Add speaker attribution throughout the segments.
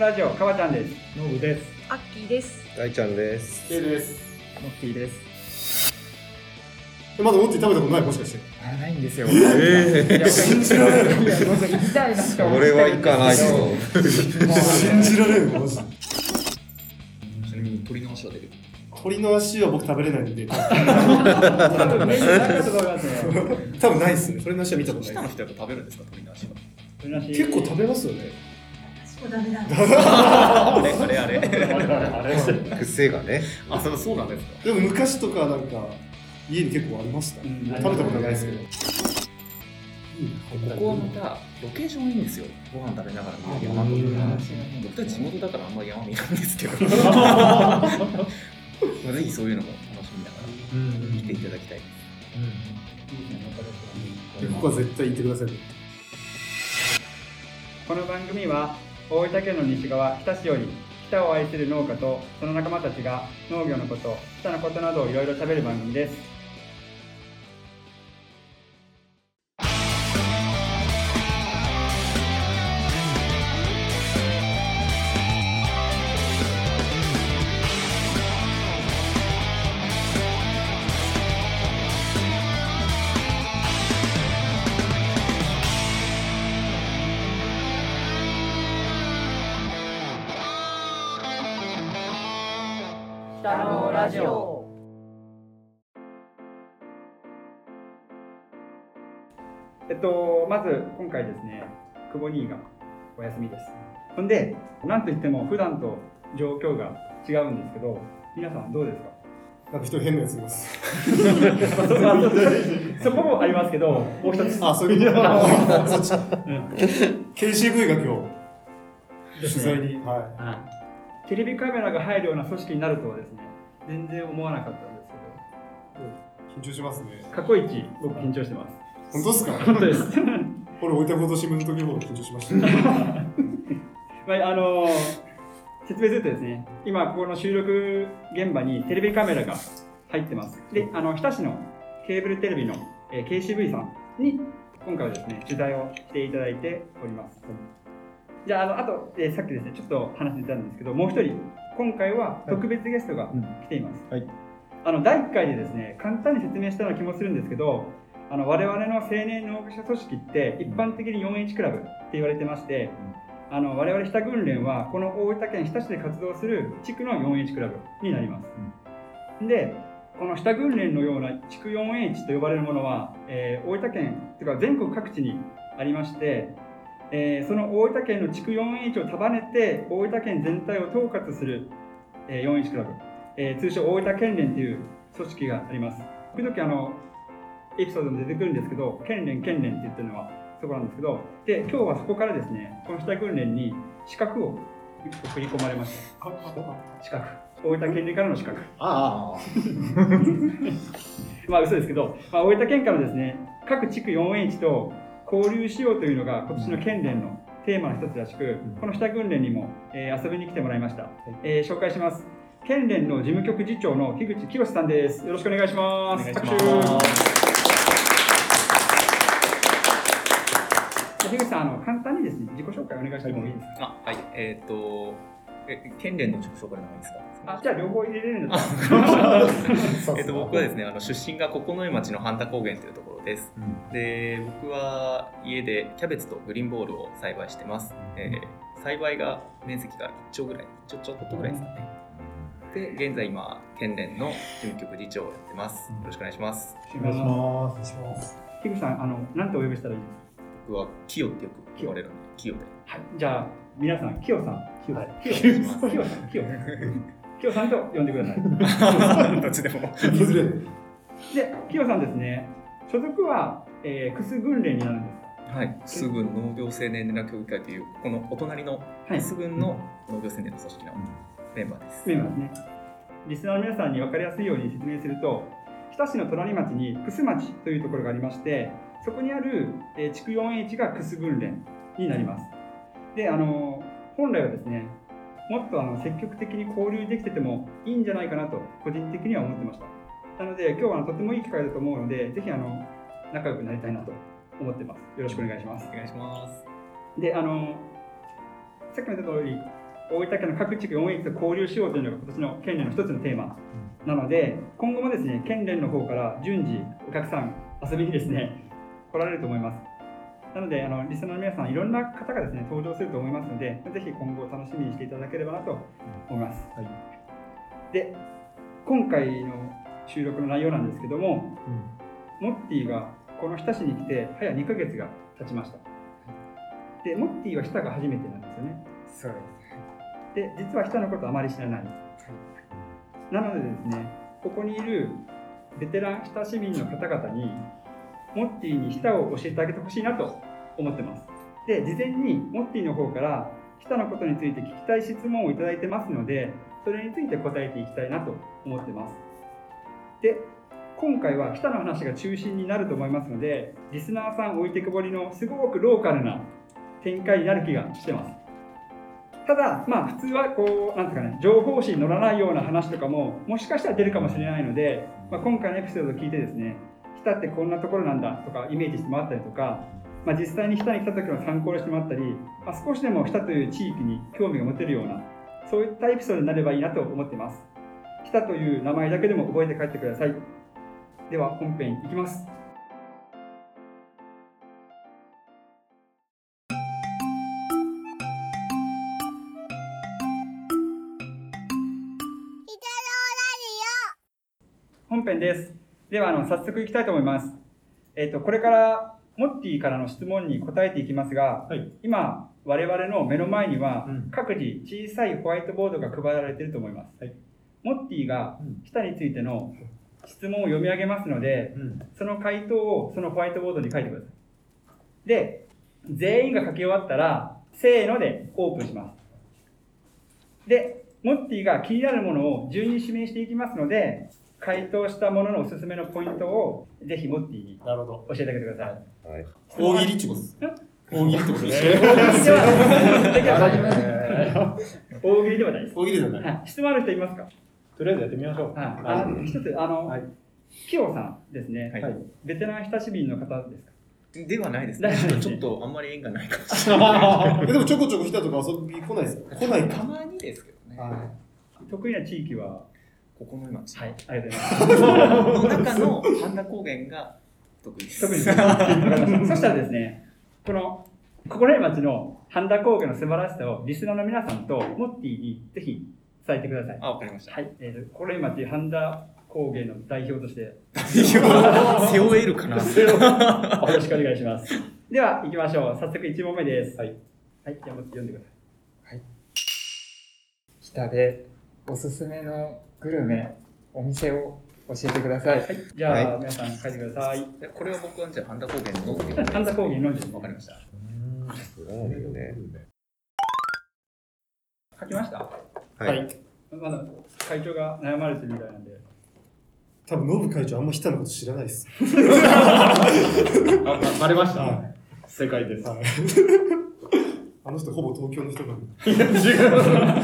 Speaker 1: ラジオかわちゃんです
Speaker 2: ノブです。
Speaker 3: アッキーです。
Speaker 4: 大ちゃんです。
Speaker 5: ケールです。
Speaker 2: モッキーです。
Speaker 5: えまだオッチ食べたことないもしかして。
Speaker 2: あ、ないんですよ。
Speaker 4: ええ
Speaker 5: 信じられん。
Speaker 2: いや、僕行きたいなって思
Speaker 4: こ
Speaker 2: って
Speaker 4: れは
Speaker 2: る
Speaker 4: 行
Speaker 2: んで
Speaker 4: かない
Speaker 2: すけど。
Speaker 4: と。
Speaker 5: 信じられん。マジ
Speaker 6: ちな
Speaker 5: で
Speaker 6: みに鳥の足は出る。
Speaker 5: 鳥の足は僕食べれないんで、
Speaker 1: 多分メニューなかったと思いますね
Speaker 5: 多分ないっすね。鳥の足は見たこと
Speaker 6: 北
Speaker 5: な
Speaker 6: の
Speaker 5: い。
Speaker 6: 人やっぱ食べるんですか鳥の足は。
Speaker 5: 結構食べますよね。
Speaker 3: そうダメなんで
Speaker 6: あれあれあれ。
Speaker 4: 癖がね。
Speaker 6: あそうそうなんですか。
Speaker 5: でも昔とかなんか家に結構ありました。
Speaker 1: うん
Speaker 5: 食べたことないですけど。いい
Speaker 6: こ
Speaker 5: な
Speaker 6: こはまたロケーションいいんですよ。ご飯食べながら見て山とか。僕たち地元だからあんまり 山見ないんですけど。まあぜひそういうのも楽しみながら見ていただきたい。
Speaker 5: ここは絶対行ってくださいね。
Speaker 1: この番組は大分県の西側日田市より北を愛する農家とその仲間たちが農業のこと日田のことなどをいろいろ喋る番組です
Speaker 3: 北のラジオ。
Speaker 1: えっとまず今回ですね久保兄がお休みですほんでなんといっても普段と状況が違うんですけど皆さんどうですか
Speaker 5: なんか一人変なやついま
Speaker 1: ま
Speaker 5: す。
Speaker 1: あそまあそそこもありますけど、もう一つ。
Speaker 5: あ、そういうこと。あそっち。KCV が今日取材に。は
Speaker 1: はいテレビカメラが入るような組織になるとはですね、全然思わなかったんですけ
Speaker 5: い。緊張しますね。
Speaker 1: ど、過去一、僕緊張してます。
Speaker 5: 本当っす か。
Speaker 1: 本当です。
Speaker 5: 俺置いたこと新聞の時ほど緊張しま した。
Speaker 1: まあ、あのー説明するとですね、今、ここの収録現場にテレビカメラが入ってます。で、あの日田市のケーブルテレビの、えー KCV さんに、今回はですね、取材をしていただいております。じゃあ、あのあと、えーさっきですね、ちょっと話してたんですけど、もう一人、今回は特別ゲストが来ています。
Speaker 2: はい
Speaker 1: あの第1回でですね、簡単に説明したような気もするんですけど、あの我々の青年農業者組織って一般的に 4H クラブって言われてまして、あの我々日田訓練はこの大分県日田市で活動する地区の 4H クラブになります、でこの日田訓練のような地区 4H と呼ばれるものは、えー大分県というか全国各地にありまして、えーその大分県の地区 4H を束ねて大分県全体を統括する、えー 4H クラブ、えー通称大分県連という組織があります時々あのエピソードも出てくるんですけど県連県連って言ってるのはそこなんですけどで今日はそこからですねこの日田訓練に資格を送り込まれました資格大分県連からの資格
Speaker 6: ああ。
Speaker 1: まあ嘘ですけど、まあ、大分県からですね各地区 4H と交流しようというのが今年の県連のテーマの一つらしく、この日田訓練にも、えー遊びに来てもらいました、えー紹介します県連の事務局次長の樋口清さんですよろしくお願いし
Speaker 6: お
Speaker 1: ます
Speaker 6: 願いしま
Speaker 1: 拍手
Speaker 6: す。
Speaker 1: 樋口さんあの簡単にですね自己紹介お願いしてもいいですか、
Speaker 6: あはいえっとえ県連の直紹からでもいいですか。
Speaker 1: あじゃあ両方入れれるんだったら
Speaker 6: えっと、僕はですねあの出身が九重町の半田高原というところです、で僕は家でキャベツとグリーンボールを栽培してます、えー栽培が面積が1丁ぐらいちょちょっとぐらいですかねで現在今県連の事務局次長をやってますよろしくお願いします
Speaker 2: お願いします。
Speaker 1: 樋口さん、あの、なんてお呼びしたらいいですか。
Speaker 6: 僕はキヨってよく言われるのでキヨで
Speaker 1: はい、じゃあ、皆さん、きよさん、きよ、きよ、
Speaker 6: お願いします
Speaker 1: きよさん、きよ。きよさんと呼んでください。
Speaker 6: どっちでも
Speaker 5: いずれ。
Speaker 1: で、きよさんですね。所属は、えー、クス軍連になるんです
Speaker 6: はいすぐ農業青年連絡協議会というこのお隣の
Speaker 1: か。はい、
Speaker 6: すぐの農業青年の組織のメンバーです、
Speaker 1: メンバーですね。リスナーの皆さんに分かりやすいように説明すると、日田市の隣町に楠町というところがありまして、そこにある、えー、地区 4H が楠軍連になります。で、あのー本来はですね、もっとあの積極的に交流できててもいいんじゃないかなと、個人的には思ってました。なので、今日はあのとてもいい機会だと思うので、ぜひあの仲良くなりたいなと思ってます。よろしくお願いします
Speaker 6: お。願いします
Speaker 1: であのさっきも言った通り大分県の各地区4営と交流しようというのが今年の県連の一つのテーマなので今後もですね県連の方から順次お客さん遊びにですね来られると思いますなのであのリスナーの皆さんいろんな方がですね登場すると思いますのでぜひ今後楽しみにしていただければなと思います、
Speaker 5: はい
Speaker 1: で今回の収録の内容なんですけどもモッティがこの日田市に来て早2ヶ月が経ちましたでモッティは日田が初めてなんですよね
Speaker 2: そう
Speaker 1: で実は日田のことあまり知らないなのでですねここにいるベテラン日田市民の方々にモッティに日田を教えてあげてほしいなと思ってますで事前にモッティの方から日田のことについて聞きたい質問をいただいてますのでそれについて答えていきたいなと思ってますで今回は日田の話が中心になると思いますのでリスナーさん置いてくぼりのすごくローカルな展開になる気がしてますただ、まあ、普通はこうなんていうか、ね、情報誌に載らないような話とかももしかしたら出るかもしれないので、まあ、今回のエピソードを聞いてですね日田ってこんなところなんだとかイメージしてもらったりとか、まあ、実際に日田に来た時の参考にしてもらったり、まあ、少しでも日田という地域に興味が持てるようなそういったエピソードになればいいなと思ってます日田という名前だけでも覚えて帰ってくださいでは本編いきます本編です。ではあの早速いきたいと思います。えっ、とこれからモッティからの質問に答えていきますが、
Speaker 5: はい
Speaker 1: 今我々の目の前には、
Speaker 5: うん
Speaker 1: 各自小さいホワイトボードが配られていると思います。
Speaker 5: はい
Speaker 1: モッティが
Speaker 5: うん
Speaker 1: 下についての質問を読み上げますので、
Speaker 5: うん
Speaker 1: その回答をそのホワイトボードに書いてください。で、全員が書き終わったら、せーのでオープンします。で、モッティが気になるものを順に指名していきますので、回答したもののおすすめのポイントをぜひモッティに
Speaker 5: なるほ
Speaker 1: 教えてあげてください。
Speaker 4: はい。
Speaker 5: ど。大喜利ってことです。大喜利ってことです ね。
Speaker 1: 大喜利では
Speaker 2: ね。
Speaker 1: 大喜利ではないです。
Speaker 5: 大喜利じゃない。
Speaker 1: はい質問ある人いますか、はい、
Speaker 5: とりあえずやってみましょう。
Speaker 1: あの一つ、あの、
Speaker 5: はい
Speaker 1: キヨさんですね、
Speaker 6: はい
Speaker 5: はい
Speaker 1: ベテラン日田市民の方ですか
Speaker 6: ではないです
Speaker 1: な
Speaker 6: ね
Speaker 1: いですね。
Speaker 6: ちょっとあんまり縁がないかもし
Speaker 5: えでもちょこちょこ来たとか遊びに来ないですか 来
Speaker 6: れ
Speaker 5: な
Speaker 6: ないい。た
Speaker 5: か。
Speaker 6: まにですけどね。
Speaker 1: 得意な地域は、
Speaker 6: ここの 町。
Speaker 1: はい、ありがとうございます。
Speaker 6: の中の半田高原が得意です。
Speaker 1: 特に。 そしたらですね、この、ここら辺町の半田工芸の素晴らしさをリスナーの皆さんとモッティにぜひ伝えてください。
Speaker 6: あ、わかりました。
Speaker 1: はい、えーと、ここら辺町半田工芸の代表としてよ
Speaker 6: 背負えるかな。
Speaker 1: ろしくお願いします。では、行きましょう。早速1問目です。はい。はい、じゃあモッティ読んでください。
Speaker 2: 北でおすすめのグルメ、お店を教えてください。
Speaker 1: はい、じゃあ、皆さん書いてください。
Speaker 6: これは僕はじゃあ半田高原のっていうことで
Speaker 1: 半田工芸の字です
Speaker 6: わか
Speaker 1: ね。
Speaker 6: りました。
Speaker 4: それはあるよね。
Speaker 1: 書きました
Speaker 5: は
Speaker 4: はい。
Speaker 5: い。
Speaker 1: まだ会長が悩まれてるみたいなんで。
Speaker 5: 多分、ノブ会長あんま下のこと知らないです。
Speaker 2: バレまし
Speaker 5: はい
Speaker 2: 正解で。
Speaker 5: はいあの人、ほぼ東京の人かも。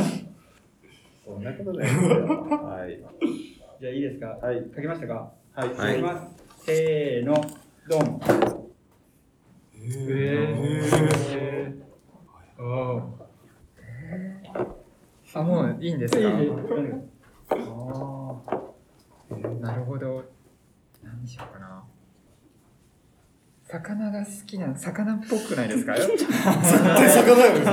Speaker 7: そんなことないですよ。はい。
Speaker 1: じゃあ、いいですか
Speaker 7: はい。
Speaker 1: 書きましたか
Speaker 7: はい。
Speaker 4: はい
Speaker 1: 書きます。せーの、ドン。
Speaker 5: へ
Speaker 1: へーあ
Speaker 2: あ、もういいんです
Speaker 1: ーい
Speaker 2: か
Speaker 1: やいやいやうん
Speaker 2: あーなるほど。何にしようかな。魚が好きな、魚っぽくない ですか
Speaker 5: 魚よね。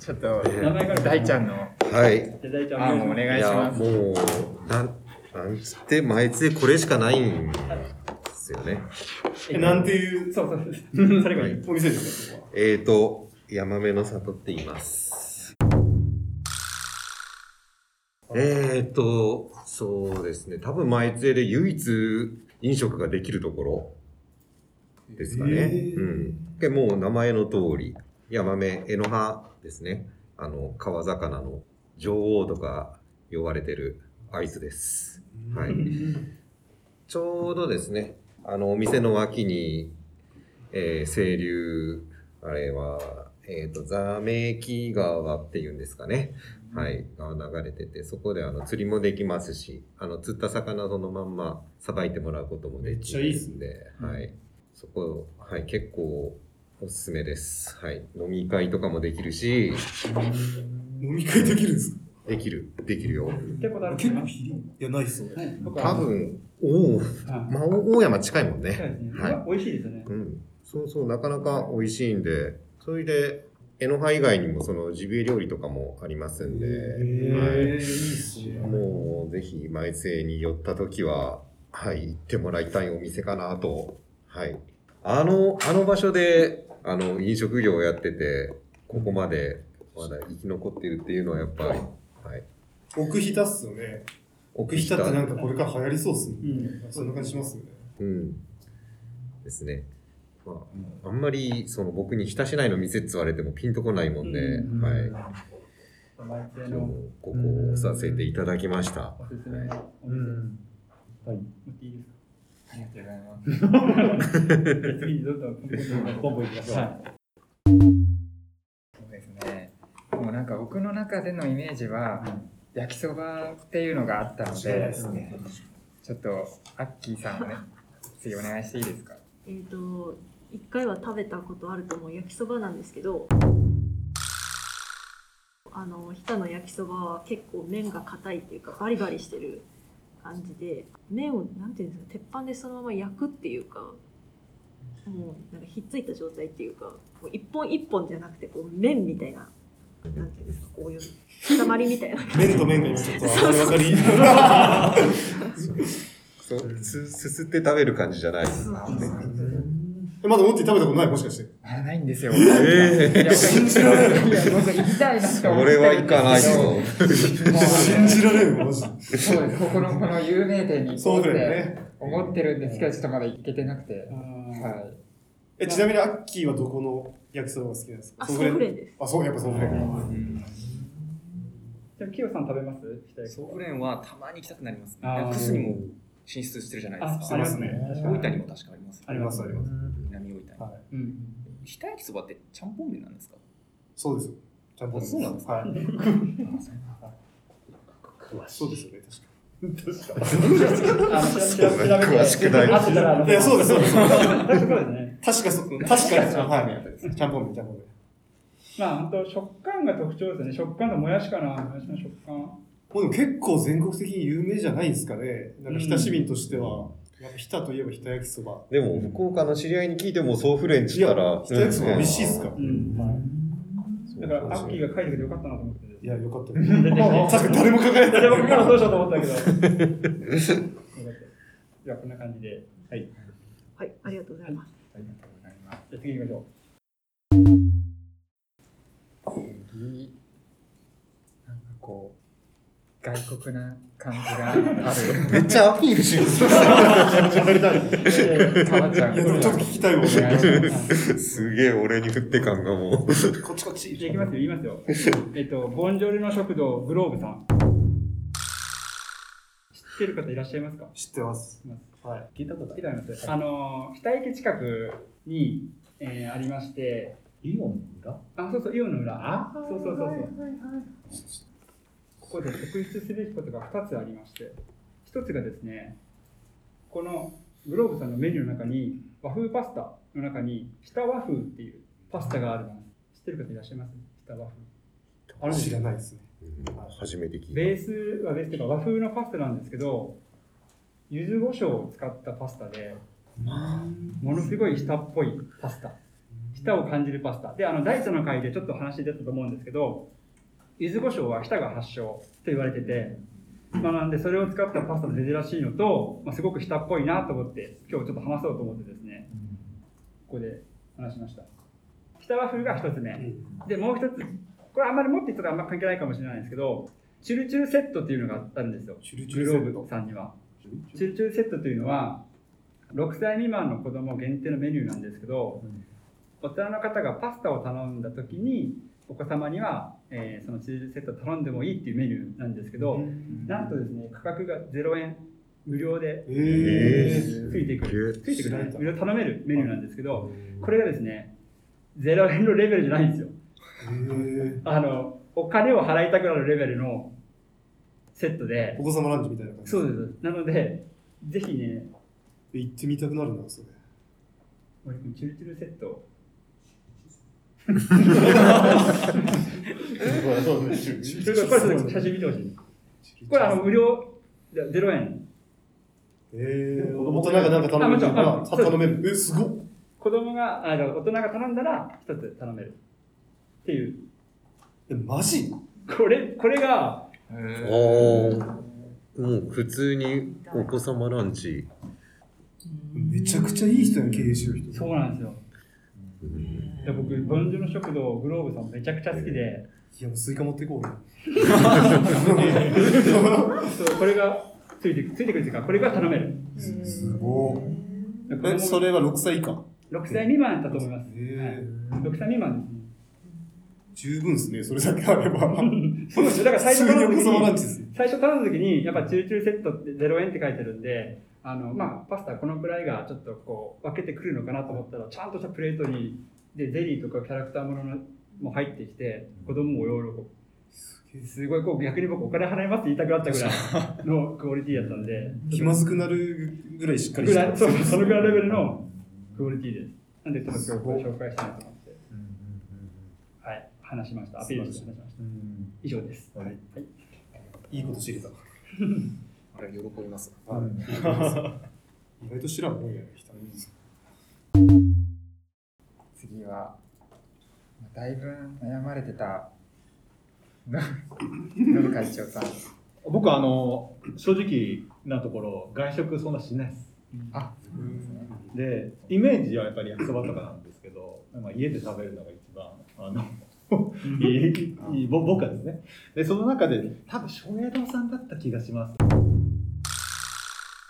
Speaker 2: ちょっと、
Speaker 1: 名前から
Speaker 2: 大ちゃんの、
Speaker 4: はい。
Speaker 1: じゃあ大ちゃん
Speaker 2: あ、もうお
Speaker 4: い
Speaker 2: 願いし
Speaker 4: や、
Speaker 2: ます。
Speaker 4: もう、なん、なんつって、毎月これしかないんですよね。
Speaker 5: えなんていう
Speaker 1: そうそう そう。それがいい。
Speaker 5: お店ですか、ここは。
Speaker 4: えーと、ヤマメの里って言います。えーと、そうですね。多分、前杖で唯一飲食ができるところですかね。
Speaker 5: へー
Speaker 4: うん。で、もう名前の通り、ヤマメ、エノハですね。あの、川魚の女王とか呼ばれてるアイスです。はい。 ちょうどですね、あの、お店の脇に、えー清流、あれは、えっ、と、ザメキ川っていうんですかね。はい。が流れてて、そこであの釣りもできますし、あの、釣った魚そのまんまさばいてもらうこともでき
Speaker 5: めっちゃいい
Speaker 4: る
Speaker 5: っす
Speaker 4: んで、はい。そこ、はい、結構おすすめです。はい。飲み会とかもできるし、
Speaker 5: 飲飲み会できるんですか
Speaker 4: できる、できるよ。
Speaker 1: 行ったことある
Speaker 5: 結
Speaker 1: か
Speaker 5: 構
Speaker 1: な
Speaker 5: ひどい。いや、ないっすよ。
Speaker 1: はい、僕は
Speaker 4: 多分、おお、
Speaker 1: はい
Speaker 4: まあ、大山近いもん
Speaker 1: そう
Speaker 4: ね。
Speaker 1: ですね、
Speaker 4: はい
Speaker 1: 美味しいですよね。
Speaker 4: うん。そうそう、なかなか美味しいんで、それで、江ノ葉以外にもそのジビエ料理とかもありますんで、
Speaker 5: えー、いいっすね。
Speaker 4: もうぜひ前世に寄った時は、はい、行ってもらいたいお店かなと。はい。あの、あの場所で、あの、飲食業をやってて、ここまでまだ生き残ってるっていうのはやっぱり、はい。
Speaker 5: 奥ひたっすよね。奥ひたってなんかこれから流行りそうっすね。そんな感じしますよね。
Speaker 4: うん。ですね。まあ、あんまり、その僕に浸しないの店って言われてもピンとこないもんで、
Speaker 1: うん
Speaker 4: は
Speaker 1: 毎
Speaker 4: い。
Speaker 1: 回
Speaker 4: 今日
Speaker 1: の
Speaker 4: もここをさせていただきました。
Speaker 1: おすすめのお店、
Speaker 7: はい
Speaker 1: 言っていいですか
Speaker 2: ありがとうございます。
Speaker 1: じゃあ次にどんどんポンポンポンポン
Speaker 7: ポンポンいきましょう。
Speaker 1: は
Speaker 2: そうですね。もうなんか僕の中でのイメージは、焼きそばっていうのがあったの
Speaker 5: 違いない
Speaker 2: で
Speaker 5: っ、すね。
Speaker 2: ちょっとアッキーさんをね、次お願いしていいですか。
Speaker 8: えっ、と一回は食べたことあると思う焼きそばなんですけどあの日田の焼きそばは結構麺が硬いっていうかバリバリしてる感じで麺をなんていうんですか鉄板でそのまま焼くっていうかもうなんかひっついた状態っていうかもう一本一本じゃなくてこう麺みたいななんていうんですかこういう塊みたいな
Speaker 5: 麺と麺が今ちょっとあんまりわか り。あ
Speaker 4: そう、す、すすって食べる感じじ ゃない。
Speaker 5: えまだ持って食べたことないもしかして。
Speaker 2: あないんですよ。
Speaker 4: ええ
Speaker 2: いや信じられない。いや僕行きたいなって思
Speaker 4: こ
Speaker 2: ってる
Speaker 4: れ
Speaker 2: ん
Speaker 4: はいかな
Speaker 2: で
Speaker 4: い
Speaker 2: すけど
Speaker 4: よ。
Speaker 2: もう
Speaker 5: 信じられるよ、マジで。
Speaker 2: そうです。ここのこの有名店に行
Speaker 5: そ
Speaker 2: こ
Speaker 5: う
Speaker 2: うっ
Speaker 5: だよ
Speaker 2: て
Speaker 5: ね。
Speaker 2: 思ってるんですけど、ちょっとまだ行けてなくて。
Speaker 1: い。
Speaker 2: はい。
Speaker 5: え、ちなみにアッキーはどこの焼きそばが好きなんですか
Speaker 8: あソフレン
Speaker 5: ン。
Speaker 8: です
Speaker 5: あ、そう、やっぱソフレン。
Speaker 1: じゃあ、キヨさん食べます下焼き
Speaker 6: ソフレンはたまに行きたくなりますね。
Speaker 1: あー
Speaker 6: なんか楠にも進出してるじゃないです
Speaker 1: あ
Speaker 5: して
Speaker 1: あり
Speaker 5: ま
Speaker 1: ますす
Speaker 5: ね
Speaker 1: ね。
Speaker 5: あ
Speaker 6: か。大分にも確かありますよね。
Speaker 5: あります、あります。
Speaker 6: 南大分に。
Speaker 5: はい
Speaker 1: うん。
Speaker 6: 日田焼きそばってちゃんぽん麺なんですか
Speaker 5: そうですよ。ちゃんと。
Speaker 6: あそうなんです
Speaker 5: かはい。
Speaker 7: 詳し
Speaker 5: そうですよね、確か
Speaker 1: あの、調べて。
Speaker 4: 詳しくない
Speaker 1: あったら、あの、
Speaker 5: に。いや、そうです、そうです。
Speaker 1: そういうところですね。
Speaker 5: 確かそう、確かです。はい。ちゃんぽん麺、ちゃんぽん麺。
Speaker 1: まあ、本当食感が特徴ですよね。食感ともやしかな。もやしの食感。
Speaker 5: もうでも結構全国的に有名じゃないですかね。なんか日田市民としては、やっぱ日田といえば日田焼きそば。
Speaker 4: でも、福岡の知り合いに聞いても、ソーフレンチったら、
Speaker 5: 日田焼きそば美味しいっすか
Speaker 1: うん。
Speaker 4: そう
Speaker 1: だから、アッキーが書いてくれてよかったなと思って。
Speaker 5: いや、よかったです。確かに誰も考えて
Speaker 1: 誰もか
Speaker 5: ない。
Speaker 1: らどうしようと思ったけど。よかったじゃあ、こんな感じで。はい。
Speaker 8: はいありがとうございます
Speaker 1: じゃあ、次行きましょ
Speaker 2: 次なんかこう外国な感じがある
Speaker 4: めっちゃアピールしよ
Speaker 2: かわちゃん
Speaker 5: いや、でもちょっと聞きたいもん。
Speaker 4: う。 すげえ俺に振って感がもう。
Speaker 5: こっち
Speaker 1: う。じゃ
Speaker 5: こっ
Speaker 1: あ、
Speaker 5: ち。
Speaker 1: 行きますよ。言いますよ。えっと、ボンジョルの食堂、グローブさん。知ってる方いらっしゃいますか
Speaker 5: 知ってます。はい。
Speaker 7: い。聞いたことあ
Speaker 1: 知
Speaker 7: る。
Speaker 1: らないです。あの、北駅近くに、えーありまして、
Speaker 7: イオンの裏
Speaker 1: あ、そうそう、イオンの裏。そうそうそうそう。ここで特筆すべきことが2つありまして、1つがですね、このグローブさんのメニューの中に、和風パスタの中に、北和風っていうパスタがあるんです。知ってる方いらっしゃいます北和風。あるんです
Speaker 5: 知
Speaker 1: よ
Speaker 5: らないですね。
Speaker 4: 初めて聞
Speaker 1: ベ
Speaker 4: い
Speaker 1: ースはベースというか和風のパスタなんですけど、柚子胡椒を使ったパスタで、ものすごい舌っぽいパスタ。舌を感じるパスタ。で、あの、大茶の会でちょっと話出たと思うんですけど、柚子胡椒は舌が発祥と言われてて、まあ、なんでそれを使ったパスタも珍しいのと、まあ、すごく舌っぽいなと思って、今日ちょっと話そうと思ってですね、ここで話しました。舌和風が一つ目。で、もう一つ、これあんまり持っていたらあんま関係ないかもしれないんですけど、チュルチュルセットっていうのがあるんですよ。
Speaker 5: チュルチュ
Speaker 1: グ
Speaker 5: ル
Speaker 1: ロ
Speaker 5: セッ
Speaker 1: ー
Speaker 5: ト
Speaker 1: ブ。さんには。チュルチュルセットというのは、6歳未満の子供限定のメニューなんですけど、大人の方がパスタを頼んだ時に、お子様には、えーそのチュルチュルセット頼んでもいいっていうメニューなんですけど、なんとですね、価格が0円、無料で
Speaker 5: え
Speaker 4: え
Speaker 5: ー。
Speaker 1: ついてくる。
Speaker 4: す
Speaker 1: ついてくる、
Speaker 5: 知らなかった
Speaker 1: 無料頼めるメニューなんですけど、これがですね、0円のレベルじゃないんですよ。あの、お金を払いたくなるレベルのセットで
Speaker 5: お、子様ランチみたいな感じ。
Speaker 1: そうです。なので、ぜひね、
Speaker 5: 行ってみたくなるな、それ。
Speaker 1: 森君、チュルチュルセット、
Speaker 7: そうですね
Speaker 1: ちょっとこれちょっと写真見てほしい。これあの無料いや0円。
Speaker 5: えー、子供となんかなんか頼める
Speaker 1: あ
Speaker 5: あ
Speaker 1: もちろん
Speaker 5: 頼める。え、すごっ。
Speaker 1: 子供があじゃあ大人が頼んだら一つ頼めるっていう。
Speaker 5: え、マジ
Speaker 1: これこれが
Speaker 4: ああ、もう普通にお子様ランチ。
Speaker 5: めちゃくちゃいい人やん、経営してる人。
Speaker 1: そうなんですよ。
Speaker 4: うん
Speaker 1: で僕ボンジュの食堂グローブさんめちゃくちゃ好きで、
Speaker 5: いや、もうスイカ持っていこうよ。
Speaker 1: そうこれがついてついてくるっていうかこれが頼める。
Speaker 5: すごっ。
Speaker 1: 子供
Speaker 5: え、それは6歳以下。
Speaker 1: 6歳未満だと思います。
Speaker 5: え
Speaker 1: 6歳未満ですね。
Speaker 5: ー、十分ですね、それだけあれば。
Speaker 1: そうですよだから最初頼
Speaker 5: 普
Speaker 1: む
Speaker 5: 通にお子様ラン
Speaker 1: 時
Speaker 5: チ
Speaker 1: に
Speaker 5: ですね。
Speaker 1: 最初頼む時にやっぱチューチューセットって0円って書いてるんであのまあパスタこのくらいがちょっとこう分けてくるのかなと思ったらちゃんとしたプレートにでゼリーとかキャラクターものも入ってきて子供も喜ぶすごいこう逆に僕お金払いますって言いたくなったぐらいのクオリティやったんで
Speaker 5: 気まずくなるぐらいしっかり
Speaker 1: ぐ
Speaker 5: して
Speaker 1: らい
Speaker 5: る。
Speaker 1: そうそのぐらいレベルのクオリティですなんでちょっと今日これ紹介したいなと思ってはい話しましたアピールして話しました以上です
Speaker 5: いいこと知れ た。
Speaker 6: あれ喜びます
Speaker 5: 意外と知らんもんやね、人
Speaker 2: 次は、だいぶ悩まれてた、ののぶ会長さん。
Speaker 7: 僕はあの正直なところ外食そんなしないです
Speaker 2: あ
Speaker 7: でイメージはやっぱり焼きそばとかなんですけど、まあ、家で食べるのが一番あのいいいいぼ僕はですねでその中で多分庄屋堂さんだった気がします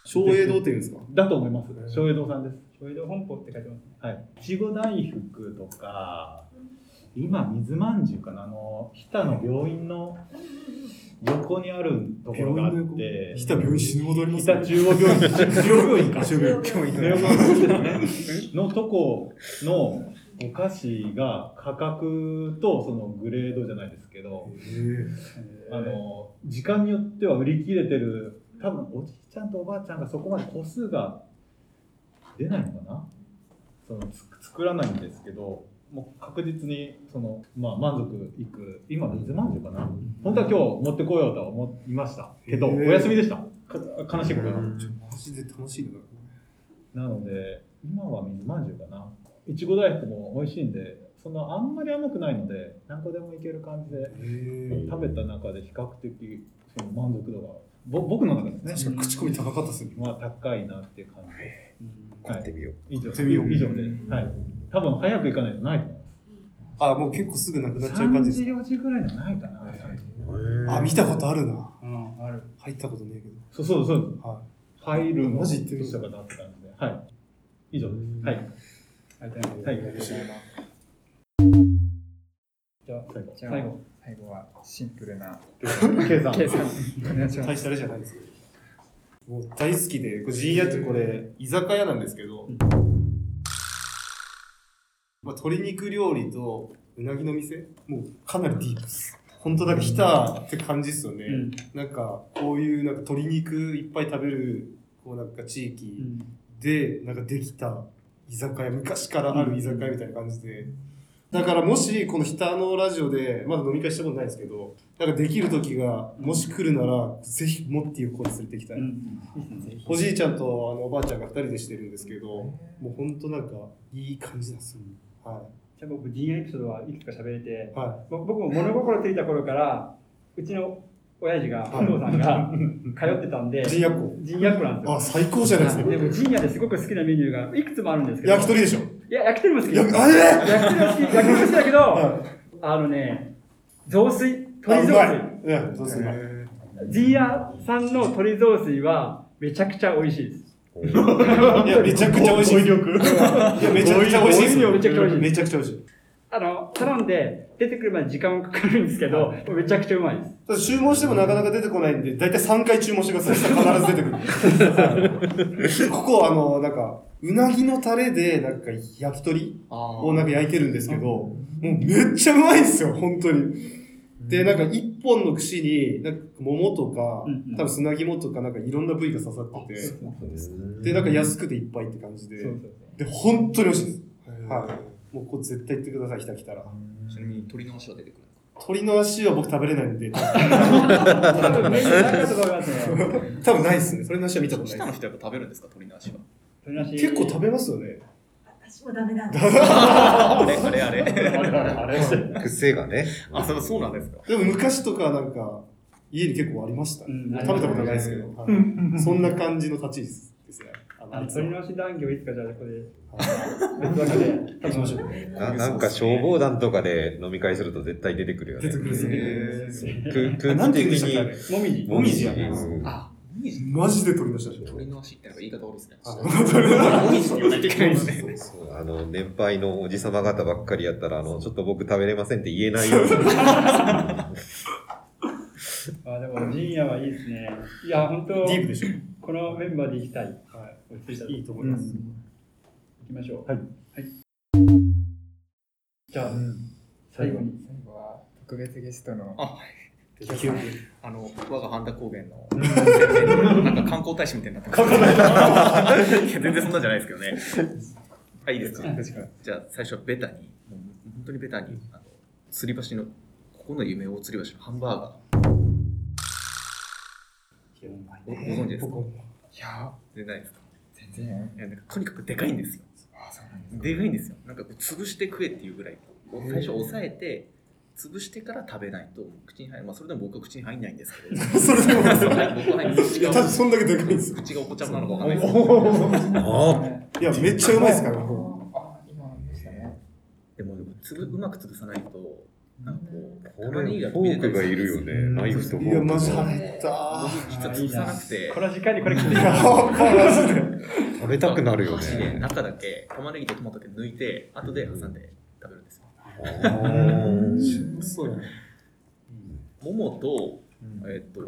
Speaker 5: 商栄堂っていうんですか
Speaker 7: だと思います庄屋堂さんです
Speaker 1: それで本舗って書いてますね
Speaker 7: はい、いちご大福とか今水まんじゅうかなあの日田の病院の横にあるところがあって
Speaker 5: 日田病院死ぬほどありま
Speaker 7: 日
Speaker 5: すね
Speaker 7: 田中央病院中央病院か
Speaker 5: 中央病 院
Speaker 7: ネオマンですね。のとこのお菓子が価格とそのグレードじゃないですけど、あの時間によっては売り切れてる多分おじいちゃんとおばあちゃんがそこまで個数が出ないのかなそのつ作らないんですけどもう確実にその、まあ、満足いく今水まんじゅうかな本当は今日持ってこようとは思いましたけど
Speaker 5: へ
Speaker 7: お
Speaker 5: ー
Speaker 7: 休みでしたか悲しいことに。
Speaker 5: マジで楽しいな。
Speaker 7: なので今は水まんじゅうかないちご大福も美味しいんでそのあんまり甘くないので何個でもいける感じで
Speaker 5: え
Speaker 7: 食べた中で比較的その満足度がぼ僕の中で
Speaker 5: え
Speaker 7: す
Speaker 5: 確
Speaker 7: ね、
Speaker 5: か口コミ高かったっすね。
Speaker 7: まあ、高いなっていう感じです
Speaker 4: 買ってみよう。
Speaker 7: 以上
Speaker 5: 行ってみよう
Speaker 7: 以上で、はい、多分早く行かないとないと思い
Speaker 5: あ、もう結構すぐなくなっ
Speaker 7: ま
Speaker 5: ち
Speaker 7: す
Speaker 5: ゃう感
Speaker 7: 3
Speaker 5: じです
Speaker 7: 時4時ぐらいのないかな、
Speaker 5: か。あ、見たことあるな。
Speaker 1: うんある
Speaker 5: 入ったことねえけど。
Speaker 7: そうそうそう
Speaker 5: は
Speaker 7: 入るの
Speaker 5: マジ行ってみよう
Speaker 7: どうしたかなって感じではい以上ですはい
Speaker 1: ありがとうございます
Speaker 7: はい
Speaker 1: じゃあ
Speaker 7: 最後
Speaker 2: じゃあ
Speaker 1: 最後
Speaker 2: 最後はシンプルな
Speaker 7: 計算
Speaker 2: 計算お願いし
Speaker 5: い。
Speaker 2: ま
Speaker 5: 大
Speaker 2: す。
Speaker 5: したあれじゃないですよ。もう大好きで、これ陣屋ってこれ、居酒屋なんですけど、まあ、鶏肉料理とうなぎの店もうかなりディープです。本当なんか来たって感じですよね。
Speaker 1: うん
Speaker 5: なんかこういうなんか鶏肉いっぱい食べるこうなんか地域、
Speaker 1: うん
Speaker 5: でなんかできた居酒屋昔からある居酒屋みたいな感じでだからもしこの「ひたのラジオ」でまだ飲み会したことないですけどなんかできる時がもし来るならぜひモッティをここに連れてきたい、おじいちゃんとあのおばあちゃんが2人でしてるんですけどもうほんとなんかいい感じなんですよ、は
Speaker 1: じゃあ僕 D エピソードはいくつか喋れて
Speaker 5: い、は
Speaker 1: ぼ僕も物心ついた頃からうちの親父がお父さんが 通ってたんで
Speaker 5: い、陣屋湖
Speaker 1: 陣屋っ子なんです
Speaker 5: あ
Speaker 1: よ
Speaker 5: 最高じゃないですか
Speaker 1: でも陣屋ですごく好きなメニューがいくつもあるんですけど
Speaker 5: 焼き鳥でしょ
Speaker 1: いや焼き鳥も好き
Speaker 5: やあれ
Speaker 1: 焼き鳥も好き焼き 鳥も好きだけど、
Speaker 5: は
Speaker 1: あのね雑炊鶏
Speaker 5: あう
Speaker 1: 雑
Speaker 5: まい
Speaker 1: 炊
Speaker 5: うんどうする
Speaker 1: 陣屋さんの鶏雑炊はめちゃくちゃ美味しいです
Speaker 5: いやめちゃくちゃ美味しいいやめちゃくちゃ美味しいです
Speaker 1: めちゃくちゃ美味しい
Speaker 5: めちゃくちゃ美味しい
Speaker 1: あの頼んで出てくるまで時間はかかるんですけど、めちゃくちゃうまいです
Speaker 5: ただ注文してもなかなか出てこないんで、大体3回注文してください。必ず出 てくる。ここ、あの、なんか、うなぎのタレで、なんか、焼き鳥をなんか焼いてるんですけど、もうめっちゃうまいんですよ、本当に。で、なんか、一本の串に、なんか、桃とか
Speaker 1: うんうん、
Speaker 5: 多分砂肝とか、なんか、いろんな部位が刺さってて、で、なんか、安くていっぱいって感じで、
Speaker 1: そうそう
Speaker 5: で、本当に美味しいです。はい。もうここ絶対行ってください、来た来たら。
Speaker 6: ちなみに鳥の足は出てくる
Speaker 5: 鳥の足は僕食べれないんで、多
Speaker 1: 多分メニューなかったと思いますね。
Speaker 5: 分多分ないですね。鳥の足は見た
Speaker 6: のか
Speaker 5: こと
Speaker 6: 下
Speaker 5: ない
Speaker 6: の
Speaker 5: です。
Speaker 6: 人はやっぱ食べるんですか鳥の足は
Speaker 5: 結構食べますよ ね。
Speaker 3: 私もダメなんです。
Speaker 6: あれあれあ れ
Speaker 7: あれ
Speaker 4: 癖がね。
Speaker 6: あそうそうなんですか
Speaker 5: でも昔とかなんか、家に結構ありましたね。
Speaker 1: うん
Speaker 5: 食べたことないですけど、はいそんな感じの立ち位置ですね。あの
Speaker 1: あ
Speaker 5: あい
Speaker 1: の
Speaker 5: つは
Speaker 1: 鳥の足談義をいつかじゃあここで
Speaker 5: はい
Speaker 1: 別枠で
Speaker 5: 行きましょう。
Speaker 4: ななんか消防団とかで飲み会すると絶対出てくるよ
Speaker 5: 出
Speaker 4: ね
Speaker 5: て。くる
Speaker 6: へ
Speaker 5: ですね。
Speaker 4: く
Speaker 5: な
Speaker 4: 空
Speaker 5: ん
Speaker 4: 気
Speaker 5: て
Speaker 4: 的
Speaker 5: 言うんでしたっけあ
Speaker 1: も
Speaker 4: に。
Speaker 5: れ
Speaker 1: みじ
Speaker 5: もみじや
Speaker 4: うん
Speaker 6: あもみじ
Speaker 5: マジで鳥の足でし
Speaker 6: 鳥の足ってなんか言い方悪いですね
Speaker 5: あ
Speaker 6: もみじって言わないといけないですね
Speaker 4: そうあの、年配のおじ様方ばっかりやったら、あの、ちょっと僕食べれませんって言えない ように。
Speaker 1: あでも陣屋はいいですね。いや本当
Speaker 5: ょ。ディープでしょ。
Speaker 1: このメンバーで行きたい。
Speaker 5: はい
Speaker 1: 落ち着いた
Speaker 5: いいと思います
Speaker 1: うん行きましょう。
Speaker 7: はい
Speaker 1: はい。じゃあ最後に。
Speaker 2: 最後は特別ゲストの
Speaker 6: あ
Speaker 5: 記憶
Speaker 6: あの我が半田高原のなんか観光大使みたいになってますいや全然そんなんじゃないですけどねあいいですかじゃあ最初はベタにもう本当にベタにあの吊り橋のここの夢を吊り橋のハンバーガーごご存知ですか
Speaker 2: いや
Speaker 6: 全然ないですか
Speaker 2: 全然
Speaker 6: いやなんかとにかくでかいんですよ
Speaker 2: あそうなんですか
Speaker 6: でかいんですよなんかこう潰して食えっていうぐらい最初押さえて潰してから食べないと口に入る、まあ、それでも僕は口に入んないんですけど
Speaker 5: それでも
Speaker 6: 僕は入んないです
Speaker 5: いや、多分そんだけでかいんですよ。
Speaker 6: 口がおこちゃまなのかわかんない ですけど
Speaker 4: あ
Speaker 5: いや、めっちゃうまいですから。
Speaker 2: あ今ありましたね
Speaker 6: でもつぶうまく潰さないとなんかこう
Speaker 4: これ、フ
Speaker 6: 玉ねぎが
Speaker 4: ォークがいるよね。ナイフとフォー
Speaker 5: いや、
Speaker 4: クが。
Speaker 5: マジ腹減った。
Speaker 6: 実は潰さなくて
Speaker 1: この時間にこれ聞いて
Speaker 5: い
Speaker 1: み
Speaker 5: や、
Speaker 1: ます
Speaker 5: マジで。
Speaker 4: 食べたくなるよ
Speaker 6: 箸で
Speaker 4: ね。
Speaker 6: 中だけ玉ねぎとトマトだけ抜いて後で挟んで食べるんですよ
Speaker 5: そうや。
Speaker 6: 桃と
Speaker 2: うん
Speaker 6: えっ、と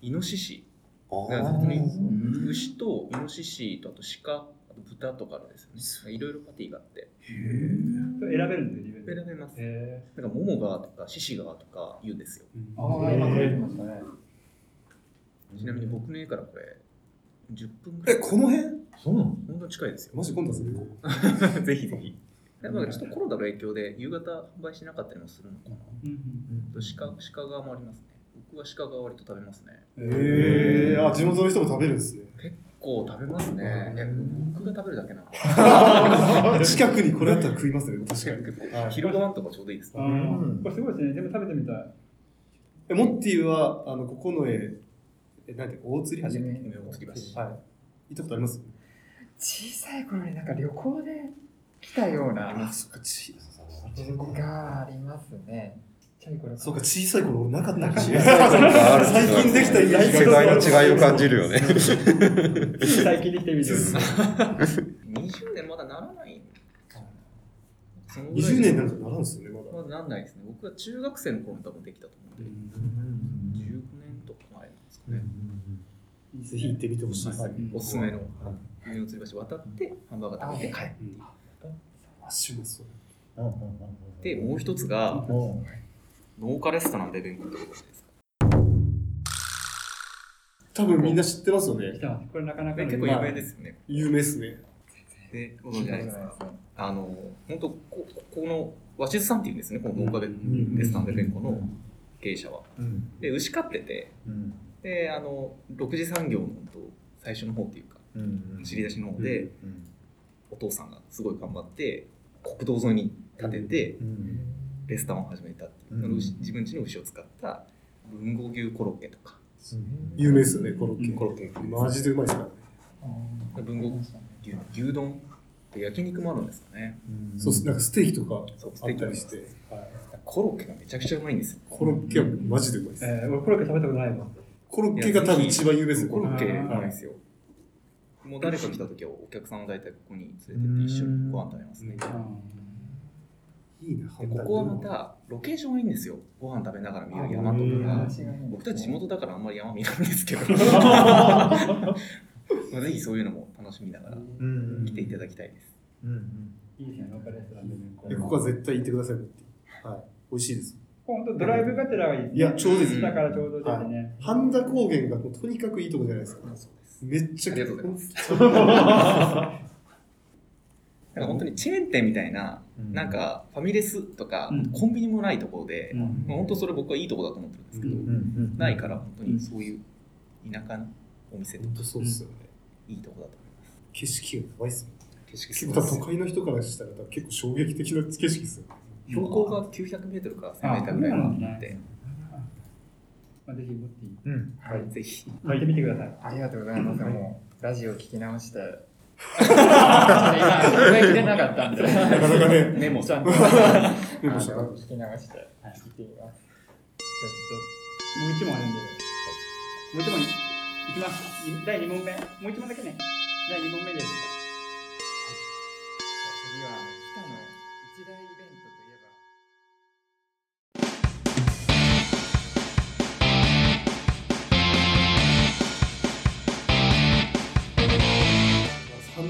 Speaker 6: イノシシ
Speaker 4: あー
Speaker 6: だから
Speaker 4: あ
Speaker 6: 本当に
Speaker 4: ー
Speaker 6: 牛とイノシシとあと鹿あと豚とかあるんですよねいろいろパティがあって
Speaker 1: 選べるんで自分で。
Speaker 6: 選べます
Speaker 1: へ
Speaker 6: なんか桃がとか獅子がとか言うんですよ
Speaker 1: ー今これ出てま
Speaker 2: したね
Speaker 6: ちなみに僕の家からこれ10分ぐら
Speaker 5: え、
Speaker 6: い
Speaker 5: この辺
Speaker 7: そうなの
Speaker 6: ほんと近いですよ
Speaker 5: マジ今度はそれ行こう。
Speaker 6: ぜひぜひ。なんかちょっとコロナの影響で夕方販売しなかったりもするのかな。
Speaker 1: え。うん
Speaker 6: 鹿鹿側もありますね。僕は鹿側割と食べますね。
Speaker 5: えー、あ、地元の人も食べるんですね。
Speaker 6: 結構食べますね。いや僕が食べるだけなの。
Speaker 5: 近くにこれあったら食いますね、確かに。はい
Speaker 6: 昼ご飯とかちょうどいいです
Speaker 1: あ
Speaker 6: ね。
Speaker 1: ーこれすごいですね。全部食べてみたい。
Speaker 5: え、モッティは、あの、ここの絵、え、なんて、大釣り橋
Speaker 2: 夢
Speaker 6: 梅をつり橋。
Speaker 5: はい。行ったことあります
Speaker 2: 小さい頃になんか旅行で来たような
Speaker 5: そっか、ち、
Speaker 2: 記憶がありますねちっちゃい頃
Speaker 5: そうか、小さい頃俺なかったかもしれ
Speaker 2: なかった
Speaker 4: ある
Speaker 5: 最近できた意外と
Speaker 4: 世代の違いを感じるよね。
Speaker 1: 最近できてみてる。
Speaker 6: 20年まだならないそのぐらい
Speaker 5: 20年なんかならんですよね、まだ。
Speaker 6: まだならないですね。僕は中学生の頃に多分できたと思うんで、19年とか前なんですかね。
Speaker 5: ぜひ行ってみてほしいですね。
Speaker 6: おすすめの梅をつり橋渡ってハンバーガー食べて帰っ
Speaker 5: うんあ、しますそう。
Speaker 7: うんうん
Speaker 6: て、もう一つが、
Speaker 7: うんうん
Speaker 6: 農家レストランで弁護ってことですか
Speaker 5: 多分みんな知ってますよね
Speaker 1: 来。てますこれなかなか
Speaker 6: ね
Speaker 1: の
Speaker 6: 結構有名ですよね。
Speaker 5: 有名ですね。
Speaker 6: で、ご存
Speaker 2: 聞
Speaker 6: 知
Speaker 2: い
Speaker 6: な
Speaker 2: た
Speaker 6: い
Speaker 2: こ
Speaker 6: で
Speaker 2: と
Speaker 6: す
Speaker 2: ない
Speaker 6: か
Speaker 2: で。すね
Speaker 6: あの、本当こここの鷲津さんっていうんですね、この農家で、
Speaker 5: ん
Speaker 6: レストランで弁護の経営者は。
Speaker 7: うん
Speaker 6: で、牛飼ってて、
Speaker 7: うん
Speaker 6: で、あの、6次産業の本当最初の方っていうか、
Speaker 7: うん
Speaker 6: 知り出しの方で、
Speaker 7: うん
Speaker 6: お父さんがすごい頑張って、国道沿いに建てて、
Speaker 7: うん
Speaker 6: レストランを始めたっていう、
Speaker 7: うん
Speaker 6: あの牛自分家の牛を使った文豪牛コロッケとか、
Speaker 5: 有名ですよね、コロッ
Speaker 6: コ
Speaker 5: ケ。
Speaker 6: ロッケが有名です
Speaker 5: マジでうまいですからね。
Speaker 6: 文豪牛牛丼で焼肉もあるんですかね
Speaker 5: そうっす、なんかステーキとか
Speaker 6: そうス
Speaker 5: あ
Speaker 6: テー
Speaker 5: っ
Speaker 6: キ
Speaker 5: た
Speaker 6: も
Speaker 5: りして。はい
Speaker 6: コロッケがめちゃくちゃうまいんですよ
Speaker 5: コロッケはマジでうまいです。
Speaker 1: えー、俺コロッケ食べたことないわ。
Speaker 5: コロッケが多分一番有名ですね、
Speaker 6: コロッケうまいですよもう誰か来た時はお客さんを大体ここに連れてって一緒にご飯食べますねで
Speaker 5: いいな、ハン
Speaker 6: ここはまたロケーションがいいんですよご飯食べながら見る山
Speaker 5: う
Speaker 6: とか
Speaker 5: ん
Speaker 2: 話がいいんですね
Speaker 6: 僕たち地元だからあんまり山見ないんですけどまあぜひそういうのも楽しみながら
Speaker 7: うん
Speaker 6: 来ていただきたいです
Speaker 7: うん
Speaker 1: いいですね、ローカルレストランでね。こ
Speaker 5: えここは絶対行ってください、モッティはい。美味しいです。
Speaker 1: 本当ドライブがてらがいいですね。
Speaker 5: いやちょうどいいです
Speaker 1: だからちょうどですね。
Speaker 5: 半田高原がもうとにかくいいとこじゃないですか。めっちゃ。
Speaker 6: ありがとうございますなんか本当にチェーン店みたいな、なんかファミレスとか、
Speaker 1: うん
Speaker 6: コンビニもないところで、
Speaker 1: うん
Speaker 6: まあ、本当それ僕はいいとこだと思ってるんですけど、
Speaker 1: うん
Speaker 7: うん
Speaker 6: ないから本当にそういう田舎のお店と
Speaker 5: 本
Speaker 6: か
Speaker 5: 当そうっすよね。
Speaker 6: いいとこだと思いま
Speaker 5: 景色がやばいっすよね。
Speaker 6: す景色すごい
Speaker 5: 都会の人からしたら結構衝撃的な景色っすよね。
Speaker 6: 標高が900メートルから1000メートルぐらいもあって、
Speaker 1: まあ、ぜひ持っていい
Speaker 2: うん、
Speaker 6: はい、ぜひ
Speaker 1: 行ってみてください。
Speaker 2: ありがとうございます。もう、ラジオ聞き直して。ちょっと今、覚えきれなかったん で。
Speaker 5: なかなかね、
Speaker 6: メモ
Speaker 2: ちゃんと、あ
Speaker 5: メ
Speaker 2: の
Speaker 5: モした
Speaker 2: 聞き流して、聞いてみます。
Speaker 1: もう一問あるんで。もう一問いきます。い第二問目。もう一問だけね。第二問目です。
Speaker 2: 次は、北の一大イベントといえば、
Speaker 5: 3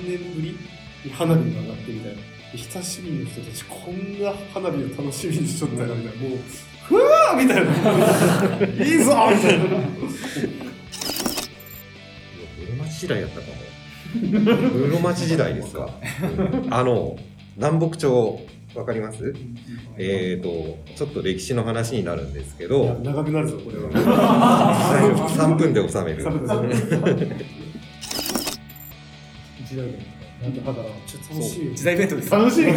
Speaker 5: 年ぶりに花火が上がってみたいな。親しみの人たち、こんな花火を楽しみにしとったらみたいな。もう、ふわーみたいな。いいぞみたいな。
Speaker 4: 室町時代やったかも室町時代ですか、うんあの南北朝わかりますえっ、とちょっと歴史の話になるんですけど
Speaker 5: 長くなるぞ、これは。
Speaker 4: 大丈夫3分で収める
Speaker 5: サブだ サブだ
Speaker 7: 一大イベントなんと肌の
Speaker 5: ちょっと楽しいよ。
Speaker 6: 時代イベントです
Speaker 5: 楽しいよ。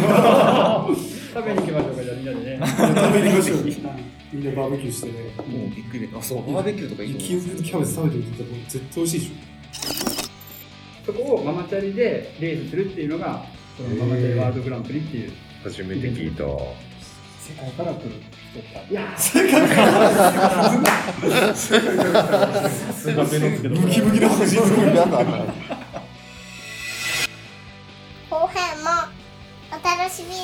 Speaker 1: 食べに行きましょうか、じゃあみんなでね。
Speaker 5: 食べに行きましょう。 みんなバーベキューしてね。
Speaker 6: もうビッグイベントあそうバーベキューとかいいと思
Speaker 5: キ
Speaker 6: う
Speaker 5: ングキャベツ食べてみてたら絶対美味しいでし
Speaker 1: そこをママチャリでレースするっていうのが、そのママチャリワールドグランプリっていう。
Speaker 4: 初めて聞いた
Speaker 2: 世界から来る人が。
Speaker 1: いや
Speaker 7: すがべのつけ
Speaker 5: ょ。
Speaker 7: ど
Speaker 5: ムキムキの欲しい
Speaker 9: 後編もお楽しみに